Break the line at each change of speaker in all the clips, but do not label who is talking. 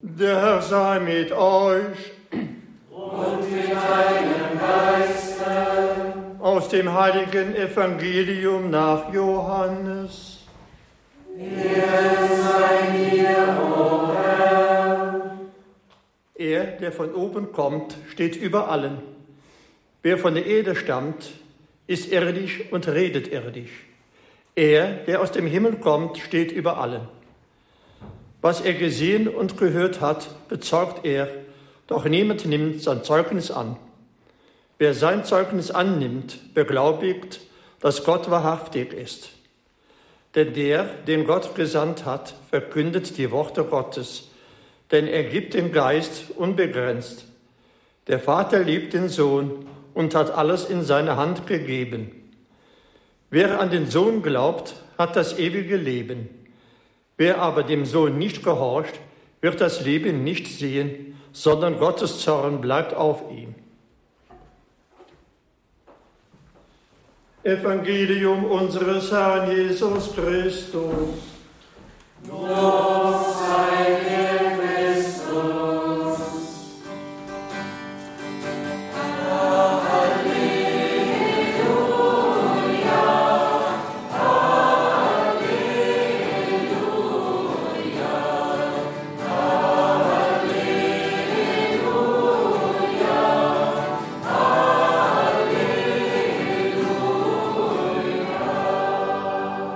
Der Herr sei mit euch.
Und mit deinem Geiste.
Aus dem heiligen Evangelium nach Johannes.
Ehre sei dir, o Herr.
Er, der von oben kommt, steht über allen. Wer von der Erde stammt, ist irdisch und redet irdisch. Er, der aus dem Himmel kommt, steht über allen. Was er gesehen und gehört hat, bezeugt er, doch niemand nimmt sein Zeugnis an. Wer sein Zeugnis annimmt, beglaubigt, dass Gott wahrhaftig ist. Denn der, den Gott gesandt hat, verkündet die Worte Gottes, denn er gibt den Geist unbegrenzt. Der Vater liebt den Sohn und hat alles in seine Hand gegeben. Wer an den Sohn glaubt, hat das ewige Leben. Wer aber dem Sohn nicht gehorcht, wird das Leben nicht sehen, sondern Gottes Zorn bleibt auf ihm. Evangelium unseres Herrn Jesus Christus.
Lob sei dir, Christus. Halleluja, Halleluja, Halleluja,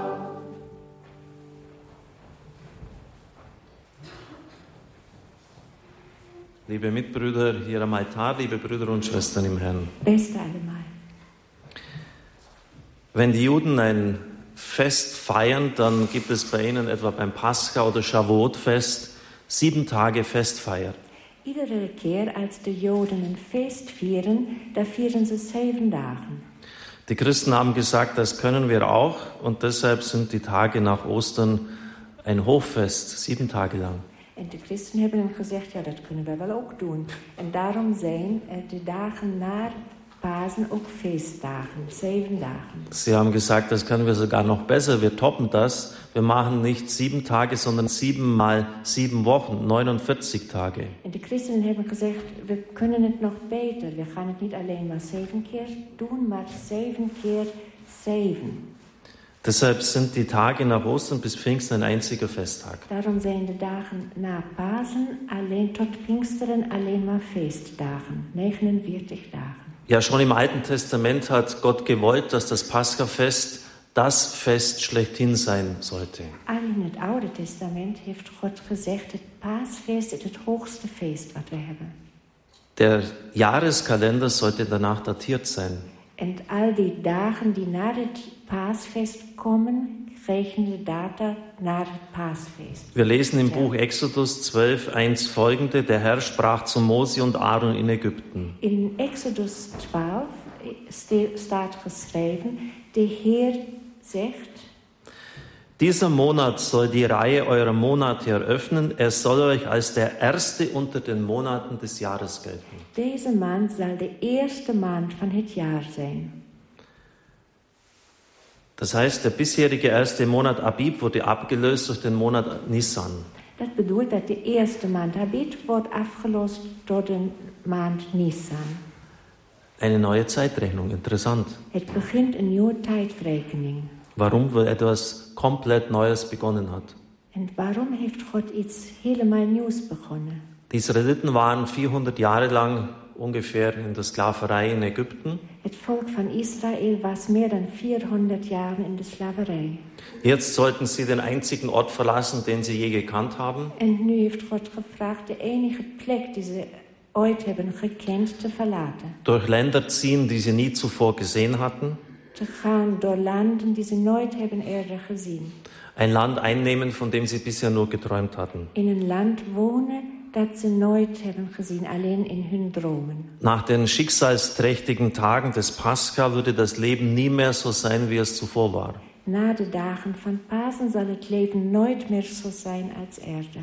Halleluja.
Liebe Mitbrüder hier am Altar, liebe Brüder und Schwestern im Herrn.
Beste allemal.
Wenn die Juden ein Fest feiern, dann gibt es bei ihnen etwa beim Pascha oder Shavuot-Fest sieben Tage Festfeier.
Iedere keer als de Joden een feest vieren, dan vieren ze zeven dagen.
Die Christen haben gesagt, das können wir auch und deshalb sind die Tage nach Ostern ein Hochfest, sieben Tage lang.
En de christen hebben hem gezegd, ja, dat kunnen we wel ook doen. En daarom zijn eh, de dagen na Pasen ook feestdagen, zeven dagen.
Sie haben gesagt, das können wir sogar noch besser, wir toppen das. Wir machen nicht sieben Tage, sondern sieben mal sieben Wochen, 49 Tage.
En de christenen hebben gezegd, we kunnen het nog beter. We gaan het niet alleen maar zeven keer doen, maar zeven keer zeven.
Deshalb sind die Tage nach Ostern bis Pfingsten ein einziger Festtag.
Daarom zijn de dagen na Pasen alleen tot Pinksteren alleen maar feestdagen, 49 dagen.
Ja, schon im Alten Testament hat Gott gewollt, dass das Paschafest das Fest schlechthin sein sollte.
Al in het Oude Testament heeft God gezegd, het paasfeest is het hoogste feest wat we hebben.
Der Jahreskalender sollte danach datiert sein.
En al die dagen die na het paasfeest komen, kregen de data naar het paasfeest.
Wir lesen im Buch Exodus 12, 1 folgende, der Herr sprach zu Mose und Aaron in Ägypten.
In Exodus 12 ste- staat geschreven, de Heer zegt,
Dieser Monat soll die Reihe eurer Monate eröffnen. Er soll euch als der erste unter den Monaten des Jahres gelten.
deze maand zal de eerste maand van het jaar zijn.
Das heißt, der bisherige erste Monat Abib wurde abgelöst durch den Monat Nissan.
Dat bedoelt dat de eerste maand Habit wordt afgelost door de maand Nisan.
Eine neue Zeitrechnung, interessant.
Het begint een nieuwe tijdrekening.
Warum? Weil etwas komplett Neues begonnen hat.
En waarom heeft God iets helemaal nieuws begonnen?
Die Israeliten waren 400 Jahre lang ungefähr in der Sklaverei in Ägypten.
Het volk van Israël was meer dan 400 jaar in de slavernij.
Jetzt sollten sie den einzigen Ort verlassen, den sie je gekannt haben.
En nu heeft God gevraagd de enige plek die ze ooit hebben gekend te verlaten.
Durch Länder ziehen, die sie nie zuvor gesehen hatten.
Te gaan door landen die ze nooit hebben eerder gezien.
Ein Land einnehmen, von dem sie bisher nur geträumt hatten.
In een land wonen dat ze nooit hebben gezien, alleen in hun dromen.
Nach den schicksalsträchtigen Tagen des Pascha würde das Leben nie mehr so sein, wie es zuvor war.
Na de dagen van Pasen zal het leven nooit meer zo zijn als eerder.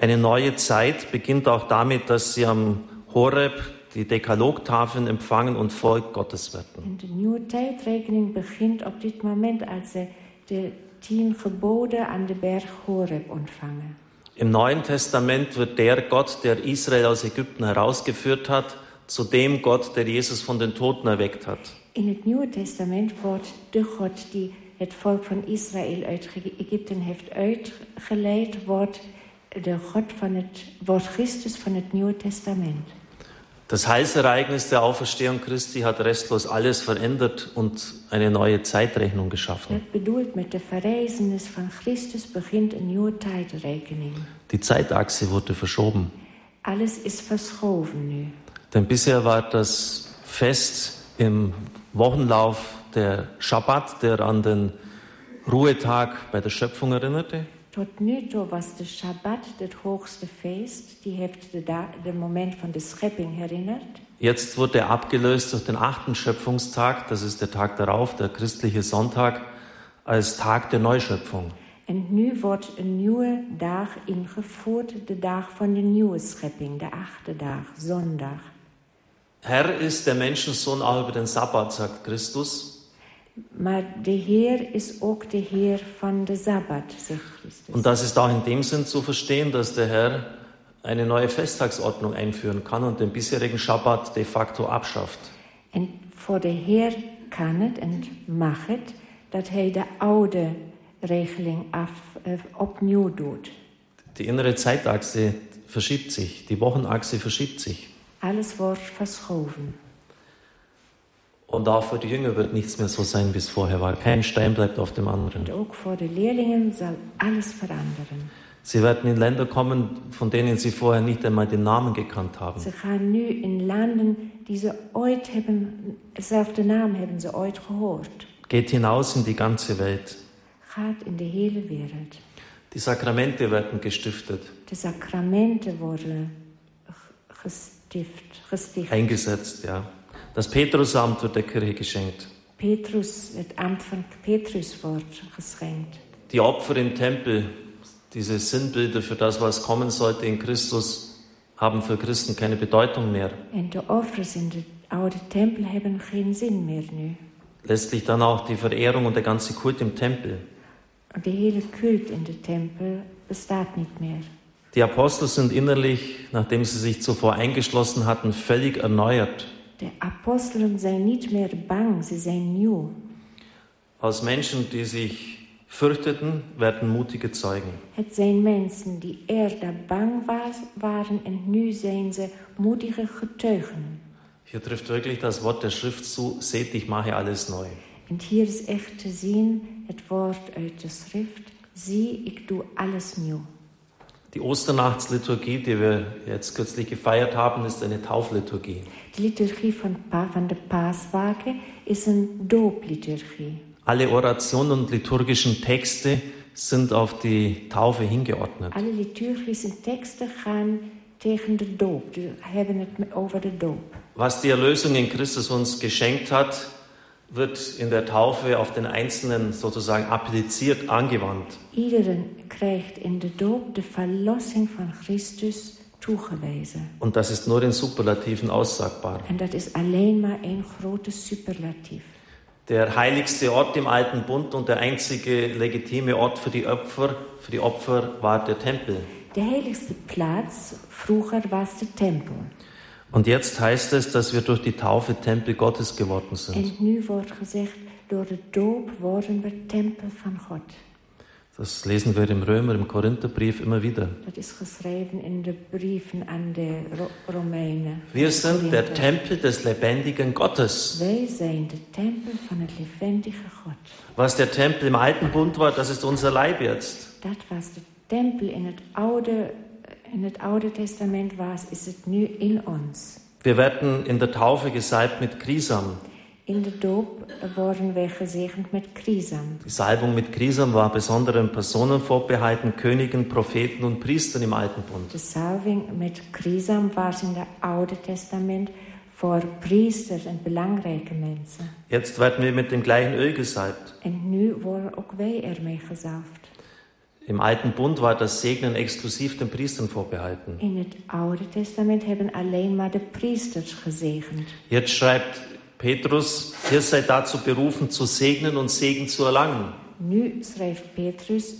Eine neue Zeit beginnt auch damit, dass sie am Horeb die Dekalogtafeln empfangen und Volk Gottes werden.
En de nieuwe tijdrekening begint op dit moment als ze de tien geboden aan de berg Horeb ontvangen.
Im Neuen Testament wird der Gott, der Israel aus Ägypten herausgeführt hat, zu dem Gott, der Jesus von den Toten erweckt hat.
In het Nieuwe Testament wordt de God die het volk van Israël uit Ge- Egypte heeft uitgeleid, wordt, de God van het, wordt Christus van het Nieuwe Testament.
Das Heilsereignis der Auferstehung Christi hat restlos alles verändert und eine neue Zeitrechnung geschaffen.
Dat bedoelt met de verrijzenis van Christus begint een nieuwe tijdrekening.
Die Zeitachse wurde verschoben.
Alles is verschoven nu.
Denn bisher war das Fest im Wochenlauf der Schabbat, der an den Ruhetag bei der Schöpfung erinnerte.
Tot nu toe was de Shabbat het hoogste feest. Die heeft de, da- de moment van de schepping herinnerd.
Jetzt wurde er abgelöst durch den achten Schöpfungstag, das ist der Tag darauf, der christliche Sonntag, als Tag der Neuschöpfung.
En nu wordt een nieuwe dag ingevoerd, de dag van de nieuwe schepping, de achte dag, zondag.
Herr ist der Menschensohn auch über den Sabbat, sagt Christus.
Maar de Heer is ook de Heer van de Sabbat, zegt Christus.
Und das ist auch in dem Sinn zu verstehen, dass der Herr eine neue Festtagsordnung einführen kann und den bisherigen Schabbat de facto abschafft.
En voor de Heer kan het en mag het dat Hij de oude regeling af, eh, opnieuw doet.
Die innere Zeitachse verschiebt sich, die Wochenachse verschiebt sich.
Alles wordt verschoven.
Und auch für die Jünger wird nichts mehr so sein, wie es vorher war. Kein Stein bleibt auf dem anderen.
En ook voor de leerlingen zal alles veranderen.
Sie werden in Länder kommen, von denen sie vorher nicht einmal den Namen gekannt haben.
Ze gaan nu in landen die ze ooit hebben, dezelfde naam hebben ze ooit gehoord.
Geht hinaus in die ganze Welt.
Gaat in de hele wereld.
Die Sakramente werden gestiftet,
De sacramenten worden g- gestift, gesticht.
eingesetzt, ja. Das Petrusamt wird der Kirche geschenkt.
Petrus, het ambt van Petrus wordt geschenkt.
Die Opfer im Tempel, diese Sinnbilder für das, was kommen sollte in Christus, haben für Christen keine Bedeutung mehr.
En de offers in de oude tempel hebben geen zin meer nu.
Letztlich dann auch die Verehrung und der ganze Kult im Tempel.
De hele cult in de tempel bestaat niet meer.
Die Apostel sind innerlich, nachdem sie sich zuvor eingeschlossen hatten, völlig erneuert.
De apostelen zijn niet meer bang, ze zijn nieuw.
Aus Menschen, die sich fürchteten, werden mutige Zeugen.
Het zijn mensen die eerder bang was, waren en nu zijn ze moedige getuigen.
Hier trifft wirklich das Wort der Schrift zu, seht, ich mache alles neu.
En hier is echt te zien het woord uit de schrift. Zie, ik doe alles nieuw.
Die Osternachtsliturgie, die wir jetzt kürzlich gefeiert haben, ist eine Taufliturgie.
De liturgie van, pa, van de paaswaken is een doopliturgie.
Alle Orationen und liturgischen Texte sind auf die Taufe hingeordnet.
Alle liturgische teksten gaan tegen de doop. Ze hebben het over de doop.
Was die Erlösung in Christus uns geschenkt hat, wird in der Taufe auf den Einzelnen sozusagen appliziert angewandt.
Iedereen krijgt in de doop de verlossing van Christus toegewezen.
Und das ist nur in Superlativen aussagbar.
En dat is alleen maar één grote superlatief.
Der heiligste Ort im Alten Bund und der einzige legitime Ort für die Opfer, für die Opfer war der Tempel.
De heiligste plaats vroeger was de tempel.
Und jetzt heißt es, dass wir durch die Taufe Tempel Gottes geworden sind.
En nu wordt gezegd, door de doop worden we tempel van God.
Das lesen wir im Römer, im Korintherbrief immer wieder.
Dat is geschreven in de brieven aan de Ro- Romeinen.
Wir sind der Tempel des lebendigen Gottes.
Wij zijn de tempel van het levendige God.
Was der Tempel im Alten Bund war, das ist unser Leib jetzt.
Dat was de tempel in het oude, in het oude testament was, is het nu in ons.
Wir werden in der Taufe gesalbt mit Krisam.
In de doop worden wij gezegend met krisam.
Die Salbung mit Krisam war besonderen Personen vorbehalten, Königen, Propheten und Priestern im Alten Bund.
De salving met krisam was in het oude testament voor priesters en belangrijke mensen.
Jetzt werden wir mit dem gleichen Öl gesalbt.
En nu worden ook wij ermee gezalfd.
Im Alten Bund war das Segnen exklusiv den Priestern vorbehalten.
In het oude testament hebben alleen maar de priesters gezegend.
Jetzt schreibt Petrus, ihr seid dazu berufen, zu segnen und Segen zu erlangen.
Nu schrijft Petrus: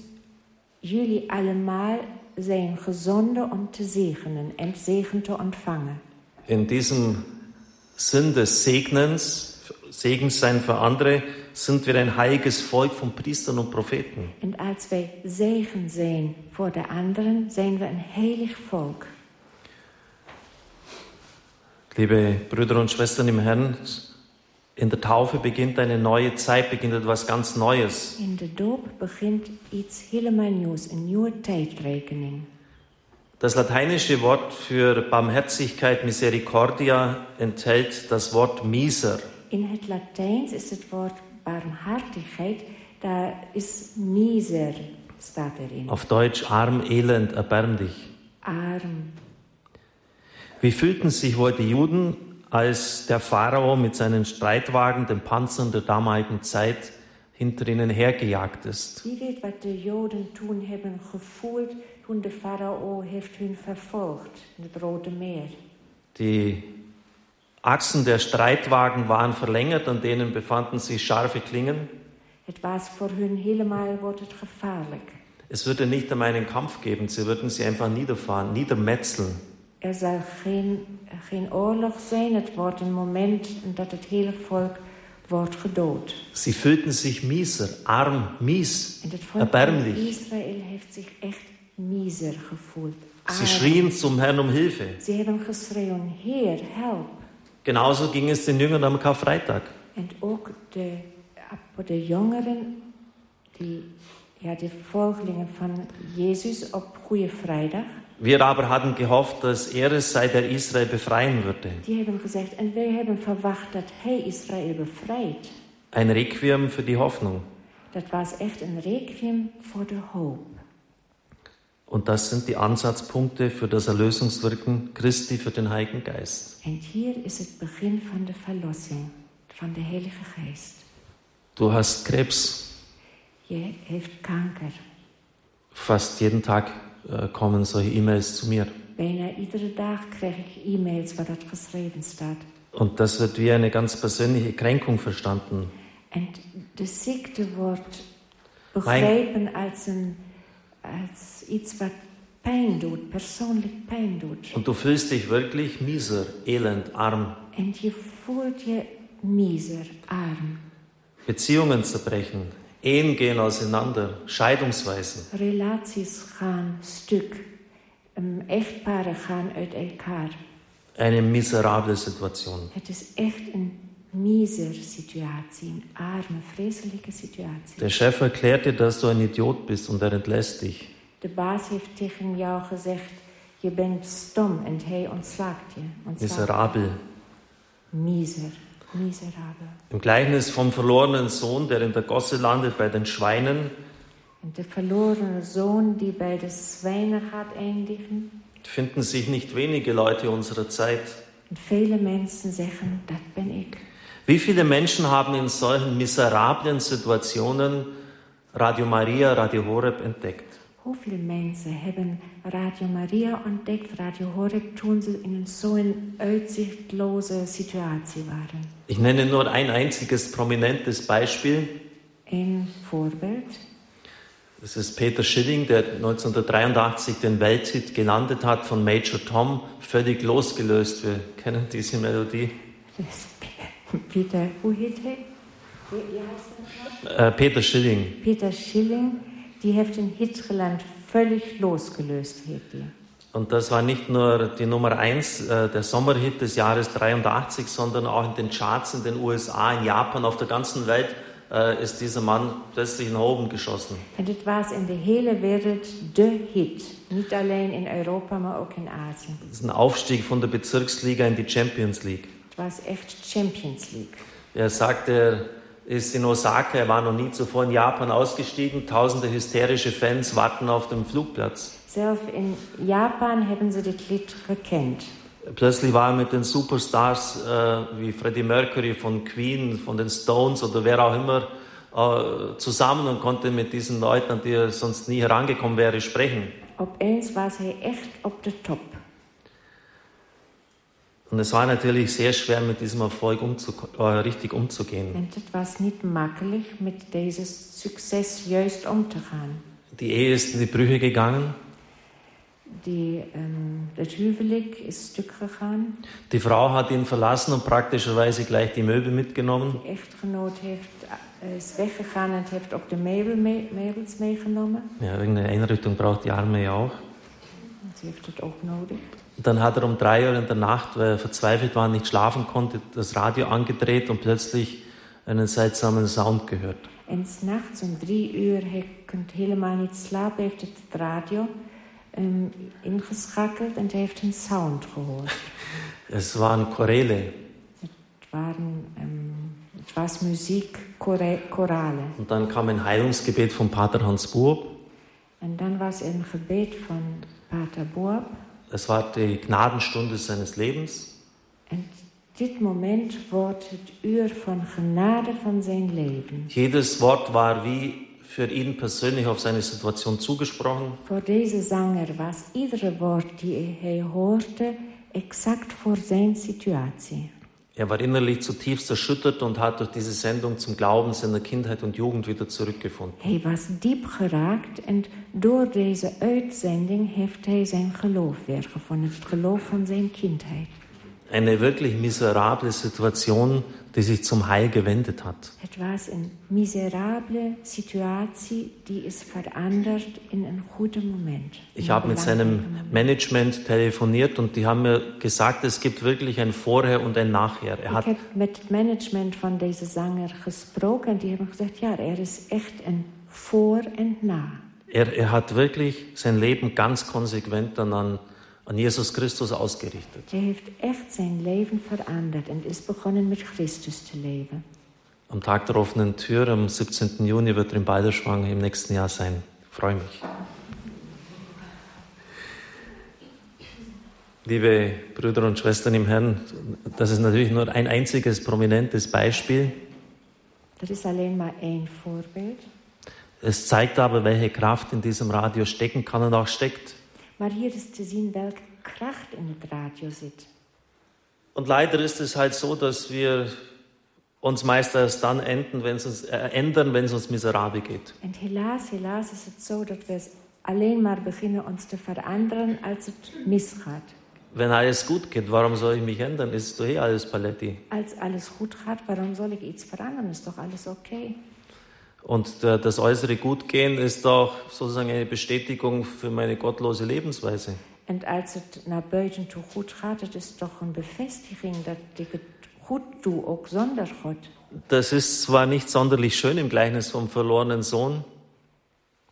Jullie allemaal zijn gezonden om te zegenen en zegen te ontvangen.
In diesem Sinn des Segnens, Segenssein für andere, sind wir ein heiliges Volk von Priestern und Propheten.
En als wij zegen zijn voor de anderen, zijn we een heilig volk.
Liebe Brüder und Schwestern im Herrn, in der Taufe beginnt eine neue Zeit, beginnt etwas ganz Neues.
In de doop begint iets helemaal nieuws, een nieuwe tijdrekening.
Das lateinische Wort für Barmherzigkeit, Misericordia, enthält das Wort Miser.
In het Latijns is het woord barmhartigheid, daar is miser, staat erin.
Auf Deutsch arm, elend, erbärmlich.
Arm.
Wie fühlten sich wohl die Juden, als der Pharao mit seinen Streitwagen, den Panzern der damaligen Zeit, hinter ihnen hergejagt ist?
Wie weet wat de Joden toen hebben gevoeld toen de farao heeft hun vervolgd in het Rode Meer.
Die Achsen der Streitwagen waren verlängert, an denen befanden sich scharfe Klingen.
Het was voor hun helemaal wordt het gevaarlijk.
Es würde nicht einmal einen Kampf geben, sie würden sie einfach niederfahren, niedermetzeln.
Er zal geen, geen oorlog zijn. Het wordt een moment dat het hele volk wordt gedood.
Sie fühlten sich mieser, arm, mies,
En het volk van
erbärmlich.
Israël heeft zich echt miser gevoeld.
Sie
Arm.
schrien zum Herrn um Hilfe.
Ze hebben geschreeuwd, Heer, help.
Genauso ging es den Jüngern am Karfreitag.
En ook de, de jongeren, die, ja, de volgelingen van Jezus op Goede Vrijdag,
Wir aber hatten gehofft, dass er es sei, der Israel befreien würde.
die hebben gezegd, en wij hebben verwacht dat Hij Israël bevrijdt.
Ein Requiem für die Hoffnung.
Dat was echt een requiem voor de hoop.
Und das sind die Ansatzpunkte für das Erlösungswirken Christi für den Heiligen Geist.
En hier is het begin van de verlossing, van de Heilige Geest.
Du hast Krebs.
Je heeft kanker.
Fast jeden Tag äh, kommen solche E-Mails zu mir.
Bijna iedere dag krijg ik e-mails waar dat geschreven staat.
Und das wird wie eine ganz persönliche Kränkung verstanden.
En de ziekte wordt begrepen als, een, als iets wat pijn doet, persoonlijk pijn doet.
Und du fühlst dich wirklich mieser, elend, arm.
En je voelt je miser, arm.
Beziehungen zerbrechen, Ehen gehen auseinander, Scheidungsweisen.
Relaties gaan stuk. Ehm, Echtparen gaan uit elkaar.
Eine miserable Situation.
Het is echt een miser situatie, een arme, vreselijke situatie.
Der Chef erklärt dir, dass du ein Idiot bist und er entlässt dich.
De baas heeft tegen jou gezegd, je bent stom en hij ontslaakt je. Ontslaakt.
Miserabel.
Miser, miserabel.
Im Gleichnis vom verlorenen Sohn, der in der Gosse landet bei den Schweinen,
En de verlorene zoon die bij de zwijnen gaat eindigen.
finden sich nicht wenige Leute unserer Zeit.
En vele mensen zeggen, dat ben ik.
Wie viele Menschen haben in solchen miserablen Situationen Radio Maria, Radio Horeb entdeckt?
Hoeveel mensen hebben Radio Maria ontdekt, Radio Horeb, toen ze in zo'n uitzichtloze situatie waren?
Ich nenne nur ein einziges prominentes Beispiel.
Een voorbeeld.
Das ist Peter Schilling, der 1983 den Welthit gelandet hat von Major Tom, völlig losgelöst. Wir kennen diese Melodie.
Dus Pieter, hoe heet hij? Wie- wie heet hij?
Äh, Peter Schilling.
Peter Schilling, die heeft een hit geland, völlig losgelöst heet die.
Und das war nicht nur die Nummer 1, äh, der Sommerhit des Jahres 83, sondern auch in den Charts in den USA, in Japan, auf der ganzen Welt äh, ist dieser Mann plötzlich nach oben geschossen.
En dit was in de hele wereld de hit. Niet alleen in Europa, maar ook in Azië.
Das ist ein Aufstieg von der Bezirksliga in die Champions League.
Het was echt Champions League.
Er sagt, er ist in Osaka, er war noch nie zuvor in Japan ausgestiegen. Tausende hysterische Fans warten auf dem Flugplatz.
Zelf in Japan hebben ze dit lied gekend.
Plötzlich war er mit den Superstars äh, wie Freddie Mercury von Queen, von den Stones oder wer auch immer äh, zusammen und konnte mit diesen Leuten, an die er sonst nie herangekommen wäre, sprechen.
Opeens was hij echt op de top.
Und es war natürlich sehr schwer, mit diesem Erfolg umzu äh, richtig umzugehen.
En het was niet makkelijk met deze succes juist om te gaan.
Die Ehe ist in die Brüche gegangen,
Die, ehm, het huwelijk is stuk gegaan.
Die Frau hat ihn verlassen und praktischerweise gleich die Möbel mitgenommen.
De echtgenoot heeft, eh, is weggegaan en heeft ook de meubel mee- meubels meegenomen.
Ja, irgendeine Einrichtung braucht die Arme ja auch.
Want die heeft het ook nodig.
Dann hat er um drei Uhr in der Nacht, weil er verzweifelt war, und nicht schlafen konnte, das Radio angedreht und plötzlich einen seltsamen Sound gehört.
En s'nachts om drie uur, hij kunt helemaal niet slapen, heeft het de radio ehm, ingeschakeld en hij heeft een sound gehoord.
Es waren Choräle
Het, waren, ehm, het was muziek, kore- koralen.
und dann kam ein Heilungsgebet von Pater Hans Burb.
En dan was er een gebed van Pater Boab.
Es war die Gnadenstunde seines Lebens.
En dit moment wordt het uur van genade van zijn leven.
Jedes Wort war wie für ihn persönlich auf seine Situation zugesprochen.
Voor deze zanger was iedere woord die hij hoorde exact voor zijn situatie.
Er war innerlich zutiefst erschüttert und hat durch diese Sendung zum Glauben seiner Kindheit und Jugend wieder zurückgefunden.
Hij was diep geraakt en door deze uitzending heeft hij zijn geloof weergevonden. Het geloof van zijn kindheid.
Eine wirklich miserable Situation, die sich zum Heil gewendet hat.
Het was een miserabele situatie die is veranderd in een goede moment.
Ich habe mit seinem Management telefoniert und die haben mir gesagt, es gibt wirklich ein Vorher und ein Nachher. Er
Ik
hat,
heb met het management van deze zanger gesproken en die hebben gezegd: ja, er is echt een voor en na.
er, er hat wirklich sein Leben ganz konsequent dann an, an Jesus Christus ausgerichtet.
Hij heeft echt zijn leven veranderd en is begonnen met Christus te leven.
Am Tag der offenen Tür, am 17. Juni, wird er in Balderschwang im nächsten Jahr sein. Ich freue mich. Liebe Brüder und Schwestern im Herrn, das ist natürlich nur ein einziges prominentes Beispiel.
Dat is alleen maar één voorbeeld.
Es zeigt aber, welche Kraft in diesem Radio stecken kann und auch steckt.
Maar hier is te zien welke kracht in het radio zit.
Und leider ist es halt so, dass wir uns meist erst dann enden, wenn es uns, äh, ändern, wenn es uns miserabel geht.
En helaas, helaas is het zo dat we alleen maar beginnen ons te veranderen als het misgaat.
Wenn alles gut geht, warum soll ich mich ändern? Ist doch eh alles Paletti.
Als alles goed gaat, waarom zal ik iets veranderen? Is toch alles oké?
Und äh, das äußere Gutgehen ist auch sozusagen eine Bestätigung für meine gottlose Lebensweise.
En als het naar buiten toe goed gaat, het is toch een bevestiging dat ik het goed doe, ook zonder God.
Das ist zwar nicht sonderlich schön im Gleichnis vom verlorenen Sohn,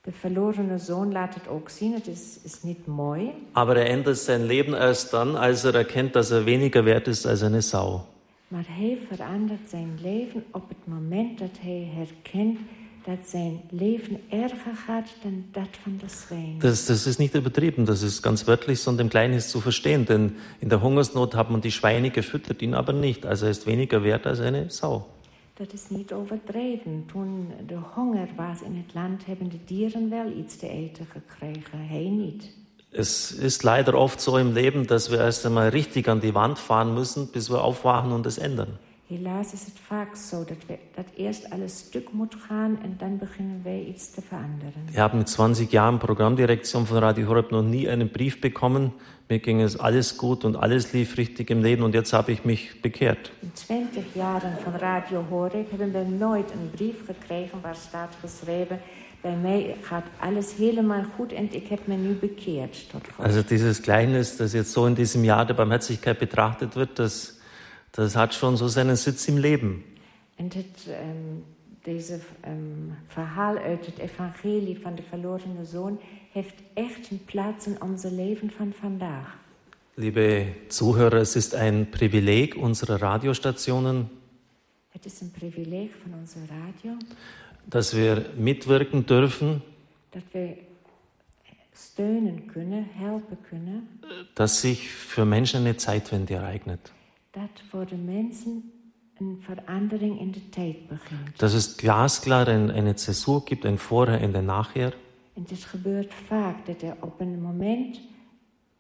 De verlorene zoon laat het ook zien, het is, is niet mooi,
aber er ändert sein Leben erst dann, als er erkennt, dass er weniger wert ist als eine Sau.
maar hij verandert zijn leven op het moment dat hij herkent dat zijn leven erger gaat dan dat van de schijn.
Das, das ist nicht übertrieben, das ist ganz wörtlich so in dem Gleichnis zu verstehen, denn in der Hungersnot hat man die Schweine gefüttert, ihn aber nicht. Also er ist weniger wert als eine Sau.
Dat is niet overdreven. Toen de honger was in het land, hebben de dieren wel iets te eten gekregen, hij niet.
Es ist leider oft so im Leben, dass wir erst einmal richtig an die Wand fahren müssen, bis wir aufwachen und es ändern.
Helaas is het vaak zo dat, we, dat eerst alles stuk moet gaan en dan beginnen wij iets te veranderen.
Ich habe mit 20 Jahren Programmdirektion von Radio Horeb noch nie einen Brief bekommen. Mir ging es alles gut und alles lief richtig im Leben und jetzt habe ich mich bekehrt.
In 20 jaren van Radio Horeb hebben we nooit een brief gekregen waar staat geschreven... bij mij gaat alles helemaal goed en ik heb me nu bekeerd tot God.
Also dieses Gleichnis, das jetzt so in diesem Jahr der Barmherzigkeit betrachtet wird, das, das hat schon so seinen Sitz im Leben.
En dit, ehm, deze ehm, verhaal uit het evangelie van de verlorene zoon... heeft echt een plaats in onze leven van vandaag.
Liebe Zuhörer, es ist ein Privileg unserer Radiostationen,
Het is een privilege van onze radio...
dass wir mitwirken dürfen,
dat we steunen kunnen, helpen kunnen,
dass sich für Menschen eine Zeitwende ereignet.
dat voor de mensen een verandering in de tijd begint.
Dass es glasklar ein- eine Zäsur gibt, ein Vorher und ein Nachher.
En het gebeurt vaak dat er op een moment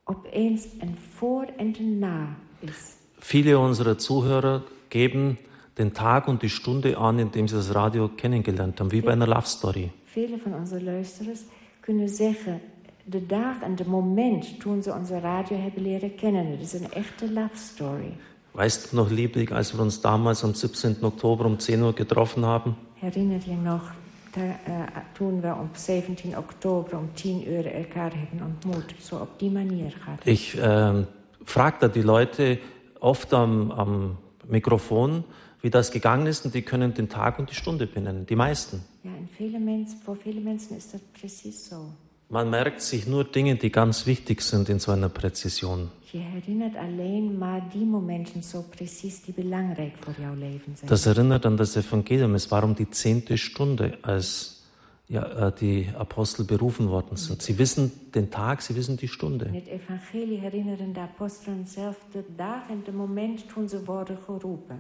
opeens een voor en een na is.
Viele unserer Zuhörer geben den Tag und die Stunde an, in dem sie das Radio kennengelernt haben, wie bei einer Love Story.
Vele van onze luisteraars kunnen zeggen de dag en de moment toen ze onze radio hebben leren kennen. Het is een echte love story.
Weißt du noch, Liebling, als wir uns damals am 17. Oktober um 10 Uhr getroffen haben?
Herinner je nog te- eh, toen we op 17 oktober om 10 uur elkaar hebben ontmoet? Zo op die manier gaat het.
Ich ähm, frage da die Leute oft am, am Mikrofon, wie das gegangen ist, und die können den Tag und die Stunde benennen, die meisten.
Ja, en vele mensen, voor vele mensen is dat precies zo.
Man merkt sich nur Dinge, die ganz wichtig sind in so einer Präzision.
Je herinnert alleen maar die momenten zo precies die belangrijk voor jouw leven zijn.
Das erinnert an das Evangelium. Es war um die zehnte Stunde, als ja, äh, die Apostel berufen worden sind. Sie wissen den Tag, sie wissen die
In
Stunde.
het evangelie herinneren de apostelen zelf de dag en de moment toen ze worden geroepen.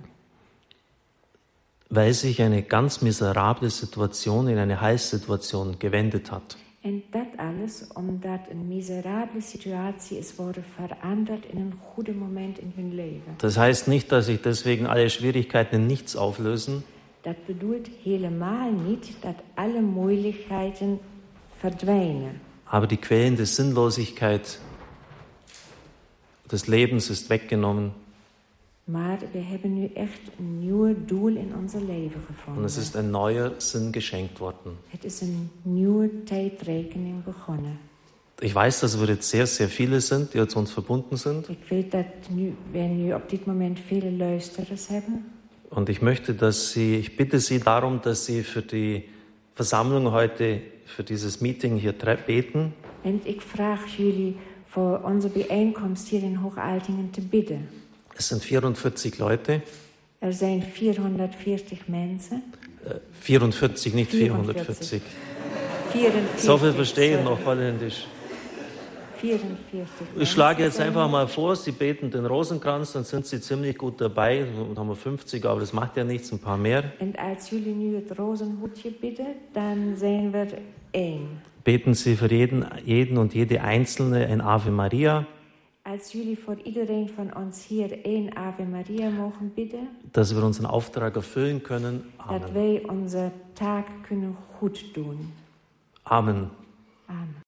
Weil sich eine ganz miserable Situation in eine Heilssituation gewendet hat.
En dat alles um omdat een miserabele situatie is worden veranderd in een goede moment in hun leven.
Das heißt nicht, dass sich deswegen alle Schwierigkeiten in nichts auflösen,
Dat bedoelt helemaal niet dat alle moeilijkheden verdwijnen.
aber die quälende Sinnlosigkeit des Lebens ist weggenommen.
Maar we hebben nu echt een nieuw doel in ons leven
Und
gevonden.
es ist ein neuer Sinn geschenkt worden.
Het is een nieuwe tijdrekening begonnen.
Ich weiß, dass wir jetzt sehr, sehr viele sind, die zu uns verbunden sind.
Ik weet dat nu, we nu op dit moment vele luisteraars hebben.
Und ich möchte, dass Sie, ich bitte Sie darum, dass Sie für die Versammlung heute, für dieses Meeting hier tre- beten.
En ik vraag jullie voor onze bijeenkomst hier in Hoogaltingen te bidden.
Es sind 44 Leute,
Er zijn 440 mensen.
äh, 44, nicht 440.
44. 44,
So viel verstehe ich noch holländisch.
44
Ich
mensen
schlage jetzt
zijn
einfach mal vor, Sie beten den Rosenkranz, dann sind Sie ziemlich gut dabei. Dann haben wir 50, aber das macht ja nichts, ein paar mehr.
er. En als jullie nu het rozenhoedje bidden, dan zijn we er één.
Beten Sie für jeden, jeden und jede Einzelne ein Ave Maria,
Als jullie voor iedereen van ons hier één Ave Maria mogen bidden,
dass wir unseren Auftrag erfüllen können.
dat
Amen.
wij onze taak kunnen goed doen.
Amen.
Amen.